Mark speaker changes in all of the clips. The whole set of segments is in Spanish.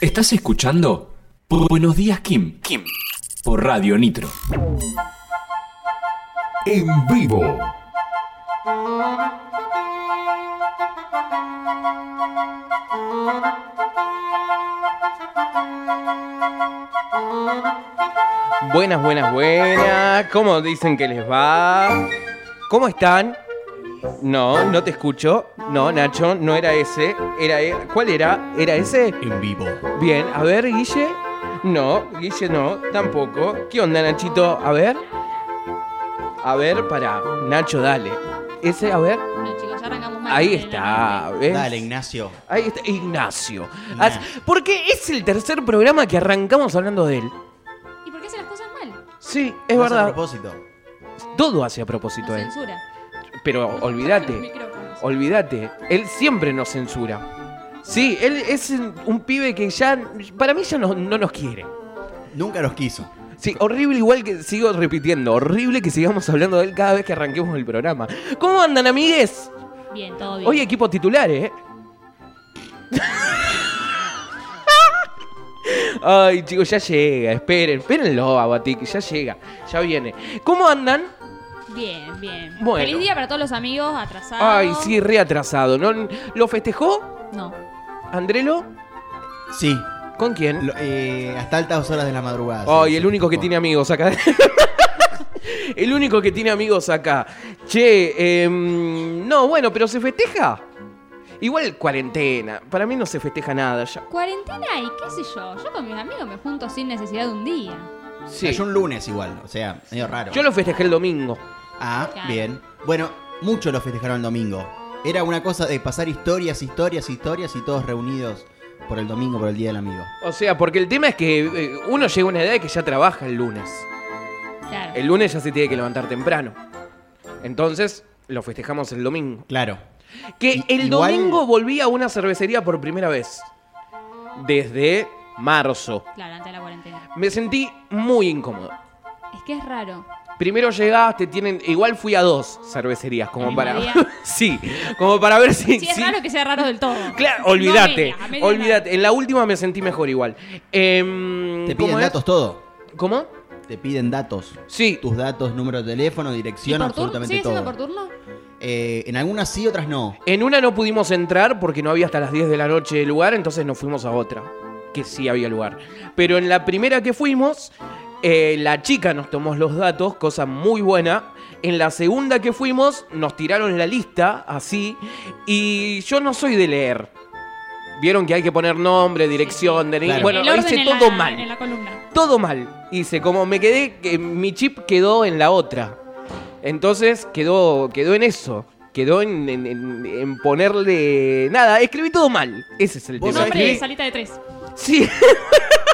Speaker 1: Estás escuchando Buenos Días Kim. Kim. Por Radio Nitro.
Speaker 2: En vivo.
Speaker 3: Buenas, buenas, buenas. ¿Cómo dicen que les va? ¿Cómo están? No, no te escucho. No, Nacho, no era ese. Era e- ¿Cuál era? ¿Era ese?
Speaker 4: en vivo.
Speaker 3: Bien, a ver, Guille. No, Guille no, tampoco. ¿Qué onda, Nachito? A ver. A ver, para. Nacho, dale. Ese, a ver.
Speaker 5: No, chicos, ya arrancamos mal.
Speaker 3: Ahí está, ¿ves?
Speaker 4: Dale, Ignacio.
Speaker 3: Ahí está, Ignacio.
Speaker 4: Ignacio.
Speaker 3: As- Porque es el tercer programa que arrancamos hablando de él.
Speaker 5: ¿Y por qué hace las cosas mal?
Speaker 3: Sí, es
Speaker 4: Lo hace A
Speaker 3: verdad.
Speaker 4: propósito.
Speaker 3: Todo hace a
Speaker 5: Nos
Speaker 3: propósito él.
Speaker 5: censura.
Speaker 3: Pero
Speaker 5: Nos censura los
Speaker 3: olvídate,
Speaker 5: micrófonos.
Speaker 3: olvídate, él siempre nos censura. Sí, él es un pibe que ya, para mí ya no, no nos quiere.
Speaker 4: Nunca los quiso.
Speaker 3: Sí, horrible igual que sigo repitiendo, horrible que sigamos hablando de él cada vez que arranquemos el programa. ¿Cómo andan, amigues?
Speaker 5: Bien, todo bien.
Speaker 3: Hoy equipo titular, ¿eh? Ay, chicos, ya llega, esperen, espérenlo a Batik, ya llega, ya viene. ¿Cómo andan?
Speaker 5: Bien, bien.
Speaker 3: Bueno.
Speaker 5: Feliz día para todos los amigos atrasados.
Speaker 3: Ay, sí, reatrasado, ¿no? ¿Lo festejó
Speaker 5: No.
Speaker 3: Andrelo?
Speaker 4: Sí.
Speaker 3: ¿Con quién?
Speaker 4: lo- eh, hasta altas horas de la madrugada.
Speaker 3: Ay,
Speaker 4: Sí,
Speaker 3: Oh, el
Speaker 4: sí,
Speaker 3: único que
Speaker 4: tipo.
Speaker 3: tiene amigos acá. el único que tiene amigos acá. Che, em, no, bueno, pero se festeja. Igual cuarentena. Para mí no se festeja nada ya.
Speaker 5: Cuarentena y qué sé yo. Yo con mis amigos me junto sin necesidad de un día.
Speaker 3: Sí.
Speaker 4: Cayó un lunes igual, o sea, medio raro.
Speaker 3: Yo lo festejé el domingo.
Speaker 4: Ah,
Speaker 5: Claro.
Speaker 4: bien. Bueno, muchos lo festejaron el domingo. Era una cosa de pasar historias, historias, historias y todos reunidos por el domingo, por el Día del Amigo.
Speaker 3: O sea, porque el tema es que eh, uno llega a una edad que ya trabaja el lunes.
Speaker 5: Claro.
Speaker 3: El lunes ya se tiene que levantar temprano. Entonces, lo festejamos el domingo.
Speaker 4: Claro.
Speaker 3: Que
Speaker 4: I-
Speaker 3: el
Speaker 4: igual-
Speaker 3: domingo volví a una cervecería por primera vez. Desde marzo.
Speaker 5: Claro, antes de la cuarentena.
Speaker 3: Me sentí muy incómodo.
Speaker 5: Es que es raro.
Speaker 3: Primero llegás, te tienen. Igual fui a dos cervecerías, como
Speaker 5: ¿El
Speaker 3: para.
Speaker 5: mismo día?
Speaker 3: sí, como para ver si.
Speaker 5: Sí, es
Speaker 3: si-
Speaker 5: raro que sea raro del todo.
Speaker 3: Claro,
Speaker 5: No
Speaker 3: olvídate.
Speaker 5: media, a media
Speaker 3: Olvídate. En la última me sentí mejor igual. Em,
Speaker 4: Te
Speaker 3: ¿cómo
Speaker 4: piden
Speaker 3: es?
Speaker 4: datos todo.
Speaker 3: ¿Cómo?
Speaker 4: Te piden datos.
Speaker 3: Sí.
Speaker 4: Tus datos, número de teléfono,
Speaker 5: ¿Y
Speaker 4: dirección,
Speaker 5: por turno?
Speaker 4: absolutamente
Speaker 5: ¿Sigue
Speaker 4: todo.
Speaker 5: siendo por turno?
Speaker 4: Eh, en algunas sí, otras no.
Speaker 3: En una no pudimos entrar porque no había hasta las 10 de la noche lugar, entonces nos fuimos a otra, que sí había lugar. Pero en la primera que fuimos, eh, la chica nos tomó los datos, cosa muy buena. En la segunda que fuimos, nos tiraron la lista, así, y yo no soy de leer. Vieron que hay que poner nombre, dirección, DNI.
Speaker 4: Claro.
Speaker 3: Bueno,
Speaker 5: El orden
Speaker 3: hice
Speaker 5: en la-
Speaker 3: todo mal.
Speaker 5: En la columna.
Speaker 3: Todo mal. Hice, como me quedé, que mi chip quedó en la otra. Entonces quedó, quedó en eso. Quedó en, en- en- en ponerle. Nada, escribí todo mal. Ese es el
Speaker 4: ¿Vos
Speaker 3: tema.
Speaker 4: sabés
Speaker 5: Nombre de
Speaker 3: Escribí-
Speaker 5: salita de tres.
Speaker 3: Sí,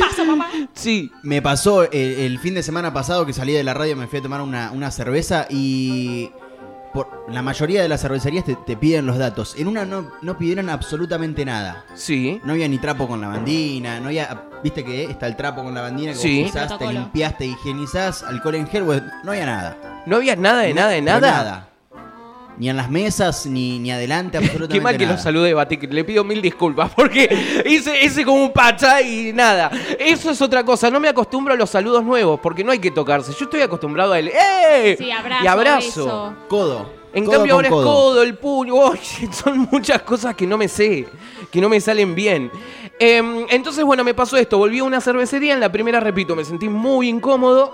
Speaker 5: Paso, papá.
Speaker 3: sí.
Speaker 4: Me pasó el, el fin de semana pasado que salí de la radio, me fui a tomar una, una cerveza y por la mayoría de las cervecerías te, te piden los datos. En una no, no pidieron absolutamente nada.
Speaker 3: Sí.
Speaker 4: No había ni trapo con lavandina, no había. ¿Viste que está el trapo con lavandina que
Speaker 3: Sí.
Speaker 4: vos usás, te
Speaker 5: Protocolo.
Speaker 4: limpiaste, higienizás, alcohol en gel, vos- no había nada.
Speaker 3: No había nada de nada de
Speaker 4: Pero
Speaker 3: nada.
Speaker 4: Ni en las mesas, ni, ni adelante, absolutamente
Speaker 3: Qué mal que
Speaker 4: nada.
Speaker 3: los salude Batik. Le pido mil disculpas porque hice, hice como un pacha y nada. Eso es otra cosa. No me acostumbro a los saludos nuevos porque no hay que tocarse. Yo estoy acostumbrado a él. ¡Eh!
Speaker 5: Sí, abrazo.
Speaker 3: Y abrazo.
Speaker 5: beso.
Speaker 4: Codo.
Speaker 3: En
Speaker 4: codo
Speaker 3: cambio
Speaker 4: con
Speaker 3: ahora es codo, el puño, Uy, son muchas cosas que no me sé, que no me salen bien. Em, entonces, bueno, me pasó esto, volví a una cervecería, en la primera, repito, me sentí muy incómodo.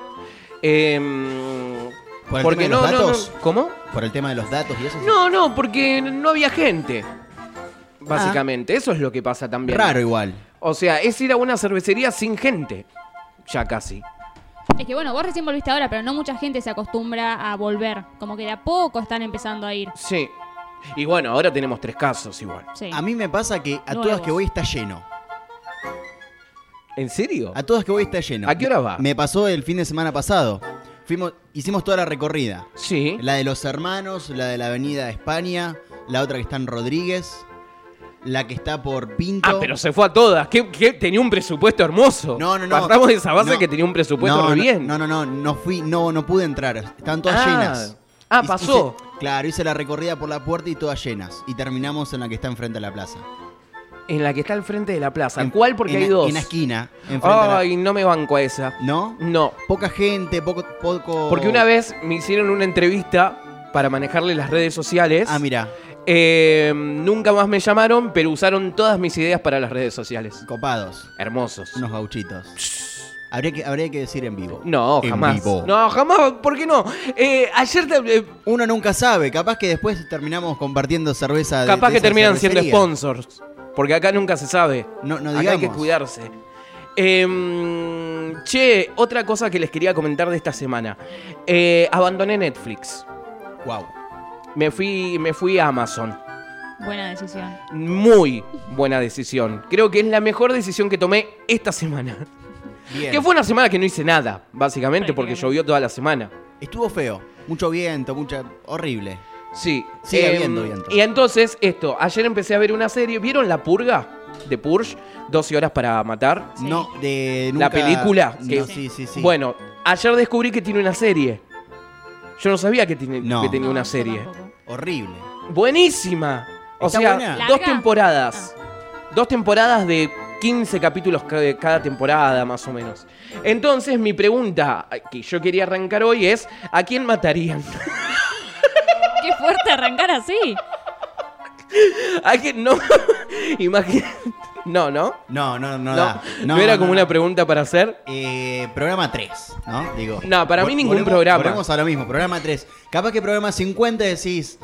Speaker 3: em,
Speaker 4: ¿Por el
Speaker 3: porque
Speaker 4: tema de los
Speaker 3: no, no,
Speaker 4: datos?
Speaker 3: no, ¿Cómo?
Speaker 4: Por el tema de los datos y eso. sí.
Speaker 3: No, no, porque no había gente. Básicamente, eso es lo que pasa también.
Speaker 4: Ah. Raro igual.
Speaker 3: O sea, es ir a una cervecería sin gente. Ya casi.
Speaker 5: Es que bueno, vos recién volviste ahora, pero no mucha gente se acostumbra a volver. Como que de a poco están empezando a ir.
Speaker 3: Sí. Y bueno, ahora tenemos tres casos igual.
Speaker 5: Sí.
Speaker 4: A mí me pasa que a todas
Speaker 5: Nuevos.
Speaker 4: que voy está lleno.
Speaker 3: ¿En serio?
Speaker 4: A todas que voy está lleno.
Speaker 3: ¿A qué hora va?
Speaker 4: Me pasó el fin de semana pasado. Fuimos, hicimos toda la recorrida.
Speaker 3: Sí.
Speaker 4: La de los hermanos, la de la avenida España, la otra que está en Rodríguez, la que está por Pinto.
Speaker 3: Ah, pero se fue a todas. ¿Qué, qué? Tenía un presupuesto hermoso.
Speaker 4: No, no, no.
Speaker 3: Partamos de esa base
Speaker 4: No.
Speaker 3: que tenía un presupuesto
Speaker 4: no,
Speaker 3: re
Speaker 4: no,
Speaker 3: bien.
Speaker 4: No, no, no, no fui, no, no pude entrar. Estaban todas
Speaker 3: Ah.
Speaker 4: llenas.
Speaker 3: Ah,
Speaker 4: Hice-
Speaker 3: pasó.
Speaker 4: hice- claro, hice la recorrida por la puerta y todas llenas. Y terminamos en la que está enfrente de la plaza.
Speaker 3: en la que está al frente de la plaza.
Speaker 4: En-
Speaker 3: ¿Cuál? Porque
Speaker 4: en-
Speaker 3: hay dos.
Speaker 4: En la esquina. enfrente a la-
Speaker 3: Ay, no me banco a esa.
Speaker 4: ¿No?
Speaker 3: No.
Speaker 4: Poca gente, poco, poco.
Speaker 3: Porque una vez me hicieron una entrevista para manejarle las redes sociales.
Speaker 4: Ah, mira,
Speaker 3: Eh, nunca más me llamaron, pero usaron todas mis ideas para las redes sociales.
Speaker 4: copados.
Speaker 3: Hermosos.
Speaker 4: Unos gauchitos. Habría que, habría que decir en vivo.
Speaker 3: No,
Speaker 4: En
Speaker 3: jamás.
Speaker 4: vivo.
Speaker 3: No, jamás. ¿Por qué no? Eh, ayer te- eh,
Speaker 4: Uno nunca sabe, capaz que después terminamos compartiendo cerveza. Ah, de-
Speaker 3: capaz
Speaker 4: de
Speaker 3: que
Speaker 4: esa
Speaker 3: terminan siendo
Speaker 4: cervecería.
Speaker 3: sponsors. Porque acá nunca se sabe.
Speaker 4: No, no
Speaker 3: Acá
Speaker 4: digamos.
Speaker 3: hay que cuidarse. Em, che, otra cosa que les quería comentar de esta semana. Eh, abandoné Netflix.
Speaker 4: Wow.
Speaker 3: Me fui, me fui a Amazon.
Speaker 5: Buena decisión.
Speaker 3: Muy buena decisión. Creo que es la mejor decisión que tomé esta semana.
Speaker 4: Bien.
Speaker 3: Que fue una semana que no hice nada, básicamente, porque
Speaker 5: Prácticamente.
Speaker 3: llovió toda la semana.
Speaker 4: Estuvo feo. Mucho viento, mucha. horrible.
Speaker 3: Sí.
Speaker 4: Sigue
Speaker 3: em,
Speaker 4: habiendo viento.
Speaker 3: Y entonces, esto, ayer empecé a ver una serie. ¿Vieron La Purga? De Purge, 12 horas para matar.
Speaker 5: Sí.
Speaker 4: No, de
Speaker 3: La
Speaker 4: nunca-
Speaker 3: película,
Speaker 4: No,
Speaker 3: que-
Speaker 4: sí, sí, sí.
Speaker 3: Bueno, ayer descubrí que tiene una serie. Yo no sabía que, tiene,
Speaker 4: No.
Speaker 3: que tenía
Speaker 5: No,
Speaker 3: una
Speaker 5: yo
Speaker 3: serie.
Speaker 5: tampoco.
Speaker 4: Horrible.
Speaker 3: Buenísima. O
Speaker 4: ¿Está
Speaker 3: sea,
Speaker 4: buena?
Speaker 3: dos
Speaker 5: ¿Larga?
Speaker 3: temporadas. Dos temporadas de 15 capítulos ca- de cada temporada, más o menos. Entonces, mi pregunta que yo quería arrancar hoy es, ¿a quién matarían?
Speaker 5: Qué fuerte arrancar así.
Speaker 3: ¿A quién no? Imagínate. No, ¿no?
Speaker 4: No, no, no.
Speaker 3: No,
Speaker 4: da.
Speaker 3: ¿No era
Speaker 4: no,
Speaker 3: como
Speaker 4: no.
Speaker 3: una pregunta para hacer.
Speaker 4: Eh, programa 3, ¿no? Digo.
Speaker 3: No, para mí
Speaker 4: Vol-
Speaker 3: ningún
Speaker 4: volvemos-
Speaker 3: programa.
Speaker 4: Volvemos a lo mismo, programa 3. Capaz que programa 50 decís,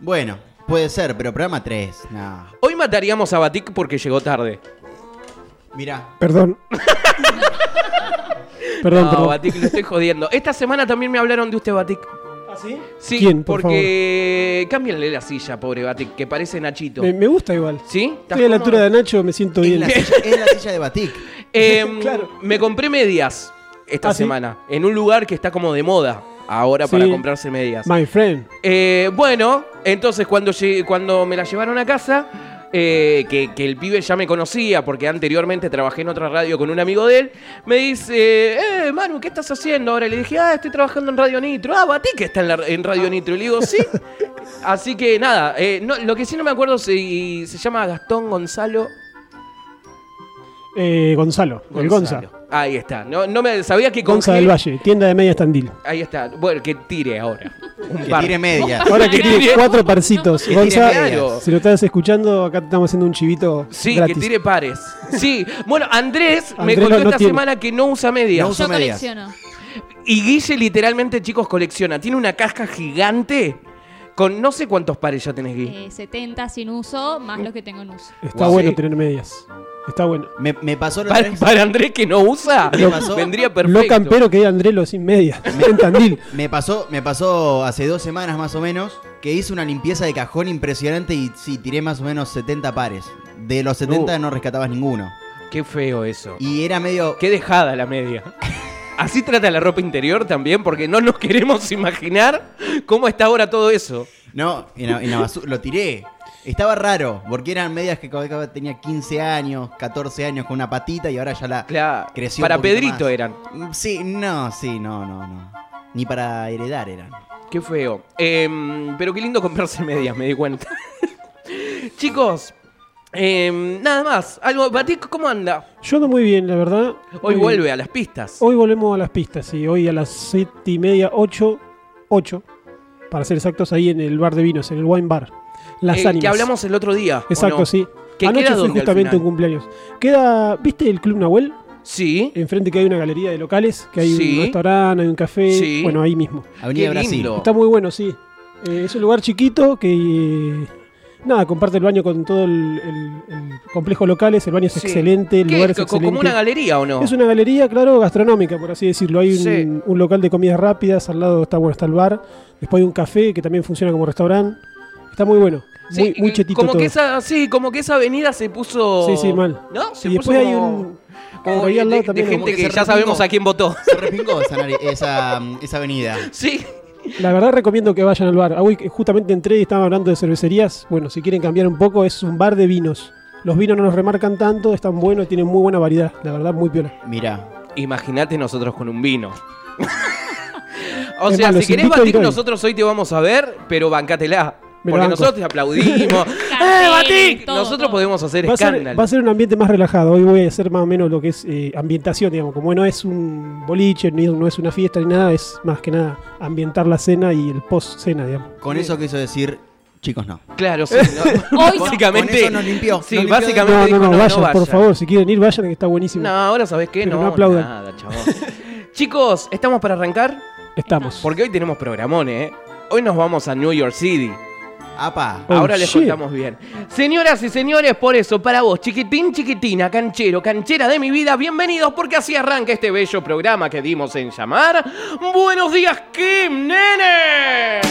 Speaker 4: bueno, puede ser, pero programa 3, no.
Speaker 3: Hoy mataríamos a Batik porque llegó tarde.
Speaker 4: Mirá,
Speaker 2: Perdón. perdón,
Speaker 3: no,
Speaker 2: perdón.
Speaker 3: Batik, lo estoy jodiendo. Esta semana también me hablaron de usted, Batik. Sí,
Speaker 2: ¿Quién, por
Speaker 3: porque cámbienle la silla, pobre Batik, que parece Nachito.
Speaker 2: Me, me gusta igual.
Speaker 3: ¿Sí?
Speaker 2: Estoy a la altura de Nacho, me siento
Speaker 4: es
Speaker 2: bien.
Speaker 4: la, silla, es la silla de Batik.
Speaker 3: Em,
Speaker 2: Claro.
Speaker 3: Me compré medias esta
Speaker 2: ¿Ah, sí?
Speaker 3: semana en un lugar que está como de moda ahora para
Speaker 2: Sí.
Speaker 3: comprarse medias.
Speaker 2: My friend.
Speaker 3: Eh, bueno, entonces cuando, llegué- cuando me la llevaron a casa, eh, que, que el pibe ya me conocía porque anteriormente trabajé en otra radio con un amigo de él, me dice, eh, Manu, ¿qué estás haciendo ahora? Y le dije, ah, estoy trabajando en Radio Nitro. Ah, Batí que está en, la- en Radio Nitro. Y le digo, sí. Así que nada, eh, no, lo que sí no me acuerdo si se llama Gastón Gonzalo.
Speaker 2: Eh, Gonzalo. El Gonza.
Speaker 3: Ahí está. No, no me sabía que con
Speaker 2: Gonza
Speaker 3: G-
Speaker 2: del Valle, tienda de media estandil.
Speaker 3: Ahí está. Bueno, que tire ahora. Un
Speaker 4: Que
Speaker 3: par.
Speaker 4: tire media.
Speaker 2: Ahora que tiene cuatro parcitos.
Speaker 4: Que tire
Speaker 2: Gonza,
Speaker 4: medias.
Speaker 3: Claro.
Speaker 2: si lo estás escuchando, acá te estamos haciendo un chivito
Speaker 3: Sí,
Speaker 2: gratis.
Speaker 3: que tire pares. Sí, bueno, Andrés, me
Speaker 2: Andrés
Speaker 3: contó
Speaker 2: no- no
Speaker 3: esta
Speaker 2: tiene.
Speaker 3: semana que no usa medias.
Speaker 4: No usa-
Speaker 5: Yo
Speaker 4: Uso medias.
Speaker 5: colecciono.
Speaker 3: Y Guille literalmente, chicos, colecciona. Tiene una caja gigante con no sé cuántos pares ya tenés, Guille.
Speaker 5: Eh, 70 sin uso, más los que tengo en uso.
Speaker 2: Está
Speaker 3: Wow.
Speaker 2: bueno
Speaker 3: Sí.
Speaker 2: tener medias. Está bueno.
Speaker 4: Me, me pasó la otra
Speaker 3: Para,
Speaker 4: vez.
Speaker 3: para Andrés que no usa,
Speaker 4: ¿Qué pasó?
Speaker 3: vendría perfecto.
Speaker 2: Lo campero que era Andrelo sin medias. en Tandil.
Speaker 4: Me pasó, me pasó hace dos semanas más o menos que hice una limpieza de cajón impresionante y sí, tiré más o menos 70 pares. De los
Speaker 3: Uh.
Speaker 4: 70 no rescatabas ninguno.
Speaker 3: Qué feo eso.
Speaker 4: Y era medio.
Speaker 3: Qué dejada la media. Así trata la ropa interior también, porque no nos queremos imaginar cómo está ahora todo eso.
Speaker 4: No, en la, en la basu- lo tiré. Estaba raro, porque eran medias que cada- tenía 15 años, 14 años con una patita y ahora ya la
Speaker 3: Claro.
Speaker 4: creció. un
Speaker 3: Para
Speaker 4: poquito
Speaker 3: Pedrito
Speaker 4: más.
Speaker 3: eran.
Speaker 4: Mm, Sí, no, sí, no, no, no. Ni para heredar eran.
Speaker 3: Qué feo. Em, pero qué lindo comprarse medias, me di cuenta. Chicos, em, nada más. Algo, Batik, ¿cómo anda?
Speaker 2: Yo ando muy bien, la verdad.
Speaker 3: Hoy
Speaker 2: Muy
Speaker 3: vuelve
Speaker 2: bien.
Speaker 3: a las pistas.
Speaker 2: Hoy volvemos a las pistas, sí. Hoy a las siete y media, ocho, ocho, para ser exactos, ahí en el bar de vinos, en el wine bar. Las
Speaker 3: Eh,
Speaker 2: ánimas.
Speaker 3: que hablamos el otro día. ¿o
Speaker 2: Exacto,
Speaker 3: no?
Speaker 2: sí.
Speaker 3: ¿Que
Speaker 2: Anoche
Speaker 3: queda
Speaker 2: fue
Speaker 3: dónde al
Speaker 2: justamente
Speaker 3: final?
Speaker 2: un cumpleaños. Queda, ¿viste el Club Nahuel?
Speaker 3: Sí.
Speaker 2: Enfrente que hay una galería de locales, que hay
Speaker 3: Sí.
Speaker 2: un restaurante, hay un café,
Speaker 3: Sí.
Speaker 2: bueno, ahí mismo.
Speaker 4: Avenida
Speaker 3: Qué
Speaker 4: Brasil.
Speaker 3: lindo.
Speaker 2: Está muy bueno, sí. Eh, es un lugar chiquito que. eh, nada, comparte el baño con todo el, el- el complejo locales. El baño es
Speaker 3: Sí.
Speaker 2: excelente, el
Speaker 3: ¿Qué?
Speaker 2: lugar es
Speaker 3: Co-
Speaker 2: excelente.
Speaker 3: ¿Como una galería o no?
Speaker 2: Es una galería, claro, gastronómica, por así decirlo. Hay un,
Speaker 3: Sí.
Speaker 2: un local de comidas rápidas, al lado está bueno, está el bar. Después hay un café que también funciona como restaurante. Está muy bueno.
Speaker 3: Sí,
Speaker 2: muy, muy
Speaker 3: y
Speaker 2: chetito
Speaker 3: como
Speaker 2: todo.
Speaker 3: Que esa, sí, como que esa avenida se puso...
Speaker 2: Sí, sí, mal.
Speaker 3: ¿No? Se
Speaker 2: y
Speaker 3: puso
Speaker 2: después hay
Speaker 3: como-
Speaker 2: un.
Speaker 3: como
Speaker 2: por ahí al
Speaker 3: de,
Speaker 2: lado
Speaker 3: de
Speaker 2: también.
Speaker 3: gente
Speaker 4: como que
Speaker 3: que,
Speaker 4: se
Speaker 3: ya sabemos
Speaker 4: repicó.
Speaker 3: a quién votó.
Speaker 4: Se respingó esa, nari- esa, esa avenida.
Speaker 3: Sí.
Speaker 2: La verdad recomiendo que vayan al bar. Ah, uy, que justamente entré y estaban hablando de cervecerías. Bueno, si quieren cambiar un poco, es un bar de vinos. Los vinos no nos remarcan tanto, están buenos, tienen muy buena variedad. La verdad, muy piola.
Speaker 4: Mirá.
Speaker 3: Imagínate nosotros con un vino. o
Speaker 2: Es
Speaker 3: sea,
Speaker 2: más,
Speaker 3: si
Speaker 2: los
Speaker 3: querés
Speaker 2: invito a
Speaker 3: batir,
Speaker 2: ir hoy.
Speaker 3: nosotros hoy te vamos a ver, pero bancátela.
Speaker 2: Me lo
Speaker 3: Porque
Speaker 2: banco.
Speaker 3: nosotros te aplaudimos, ¡Eh,
Speaker 5: carteles,
Speaker 3: Batik!
Speaker 5: todo,
Speaker 3: Nosotros
Speaker 5: todo.
Speaker 3: podemos hacer
Speaker 2: Va a, ser, va a
Speaker 3: escándalo.
Speaker 2: ser un ambiente más relajado. Hoy voy a hacer más o menos lo que es eh, ambientación, digamos. Como no es un boliche, ni no es una fiesta, ni nada, es más que nada ambientar la cena y el post-cena, digamos.
Speaker 4: Con eso quiso decir, chicos, no.
Speaker 3: Claro, sí. ¿no?
Speaker 5: Hoy no.
Speaker 4: Con
Speaker 3: básicamente.
Speaker 4: eso nos limpió,
Speaker 3: Sí,
Speaker 4: nos limpió
Speaker 3: básicamente.
Speaker 2: No,
Speaker 3: dijo,
Speaker 2: no, no, vayan, por
Speaker 3: vayan".
Speaker 2: favor. Si quieren ir, vayan, que está buenísimo.
Speaker 3: No, ahora sabes qué,
Speaker 2: Pero
Speaker 3: no.
Speaker 2: no aplaudan.
Speaker 3: Nada, chabón. Chicos, ¿estamos para arrancar?
Speaker 2: Estamos.
Speaker 3: Porque hoy tenemos programones, ¿eh? Hoy nos vamos a New York City.
Speaker 4: Apa.
Speaker 2: Oh,
Speaker 3: Ahora les
Speaker 2: shit.
Speaker 3: contamos bien. Señoras y señores, por eso, para vos, chiquitín, chiquitina, canchero, canchera de mi vida, bienvenidos porque así arranca este bello programa que dimos en llamar Buenos Días Kim Nene.